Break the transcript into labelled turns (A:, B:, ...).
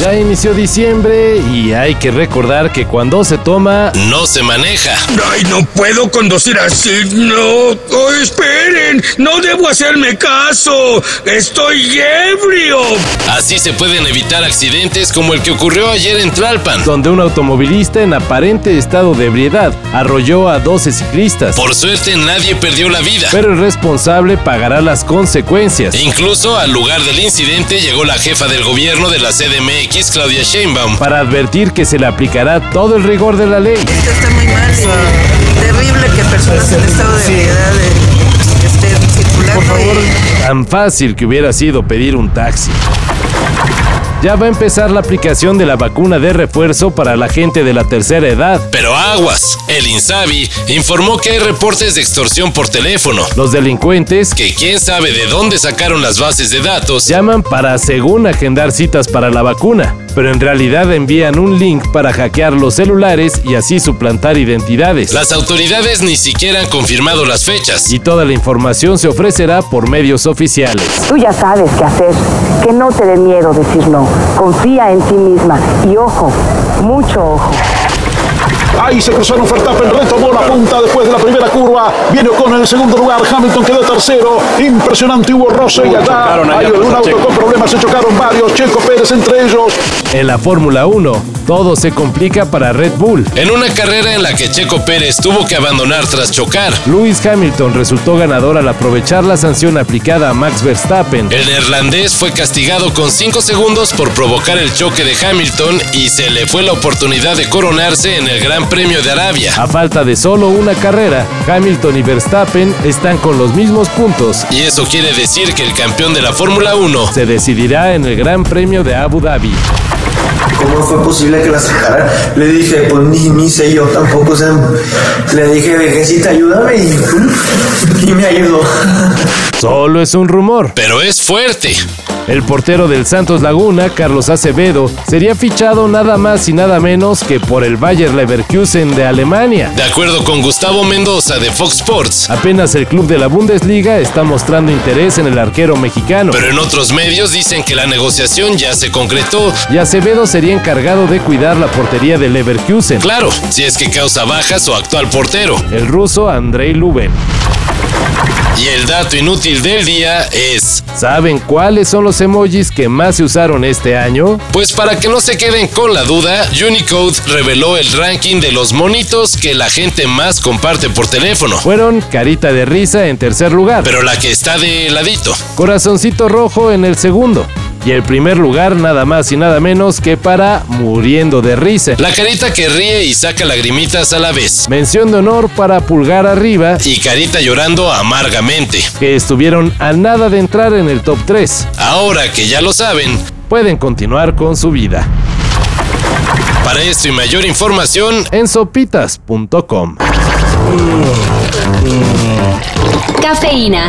A: Ya inició diciembre y hay que recordar que cuando se toma,
B: no se maneja.
C: Ay, no puedo conducir así. No, Oh, esperen, no debo hacerme caso. Estoy ebrio.
B: Así se pueden evitar accidentes como el que ocurrió ayer en Tlalpan.
A: donde un automovilista en aparente estado de ebriedad arrolló a 12 ciclistas,
B: Por suerte nadie perdió la vida.
A: pero el responsable pagará las consecuencias.
B: Incluso al lugar del incidente llegó la jefa del gobierno de la CDMX, Claudia Sheinbaum.
A: Para advertir que se le aplicará todo el rigor de la ley.
D: Esto está muy mal y terrible que personas en estado de ebriedad eh, estén circulando. y-
A: Tan fácil que hubiera sido pedir un taxi. Ya va a empezar la aplicación de la vacuna de refuerzo para la gente de la tercera edad.
B: Pero aguas, el Insabi informó que hay reportes de extorsión por teléfono,
A: Los delincuentes
B: que quién sabe de dónde sacaron las bases de datos.
A: llaman para, según, agendar citas para la vacuna, pero en realidad envían un link para hackear los celulares y así suplantar identidades.
B: Las autoridades ni siquiera han confirmado las fechas.
A: Y toda la información se ofrecerá por medios oficiales.
E: Tú ya sabes qué hacer, que no te dé miedo decir no. Confía en ti misma y ojo, mucho ojo.
F: Ahí se cruzaron Verstappen, retomó la punta después de la primera curva. Viene Ocon en el segundo lugar, Hamilton quedó tercero. Impresionante, hubo roce y allá hay un auto con problemas, se chocaron varios, Checo Pérez entre ellos.
A: En la Fórmula 1, todo se complica para Red Bull.
B: En una carrera en la que Checo Pérez tuvo que abandonar tras chocar,
A: Lewis Hamilton resultó ganador al aprovechar la sanción aplicada a Max Verstappen.
B: El neerlandés fue castigado con 5 segundos por provocar el choque de Hamilton y se le fue la oportunidad de coronarse en el Gran Premio de Arabia.
A: A falta de solo una carrera, Hamilton y Verstappen están con los mismos puntos.
B: Y eso quiere decir que el campeón de la Fórmula 1
A: Se decidirá en el Gran Premio de Abu Dhabi.
G: ¿Cómo fue posible que la sacaran? Le dije, pues ni, ni sé yo tampoco. o sea, le dije, vejecita, ayúdame y, y me ayudó.
A: Solo es un rumor.
B: pero es fuerte.
A: El portero del Santos Laguna, Carlos Acevedo, sería fichado nada más y nada menos que por el Bayer Leverkusen de Alemania.
B: De acuerdo con Gustavo Mendoza de Fox Sports,
A: Apenas el club de la Bundesliga está mostrando interés en el arquero mexicano.
B: pero en otros medios dicen que la negociación ya se concretó.
A: Y Acevedo sería encargado de cuidar la portería del Leverkusen.
B: Claro, si es que causa bajas o actual portero.
A: El ruso Andrei Luben.
B: Y el dato inútil del día es,
A: ¿Saben cuáles son los emojis que más se usaron este año?
B: Pues para que no se queden con la duda, Unicode reveló el ranking de los monitos que la gente más comparte por teléfono.
A: Fueron carita de risa en tercer lugar,
B: Pero la que está de ladito.
A: corazoncito rojo en el segundo. Y el primer lugar nada más y nada menos que para muriendo de risa.
B: La carita que ríe y saca lagrimitas a la vez.
A: Mención de honor para pulgar arriba,
B: Y carita llorando amargamente.
A: que estuvieron a nada de entrar en el top 3.
B: Ahora que ya lo saben,
A: Pueden continuar con su vida
B: para esto y mayor información,
A: en sopitas.com.
H: Cafeína.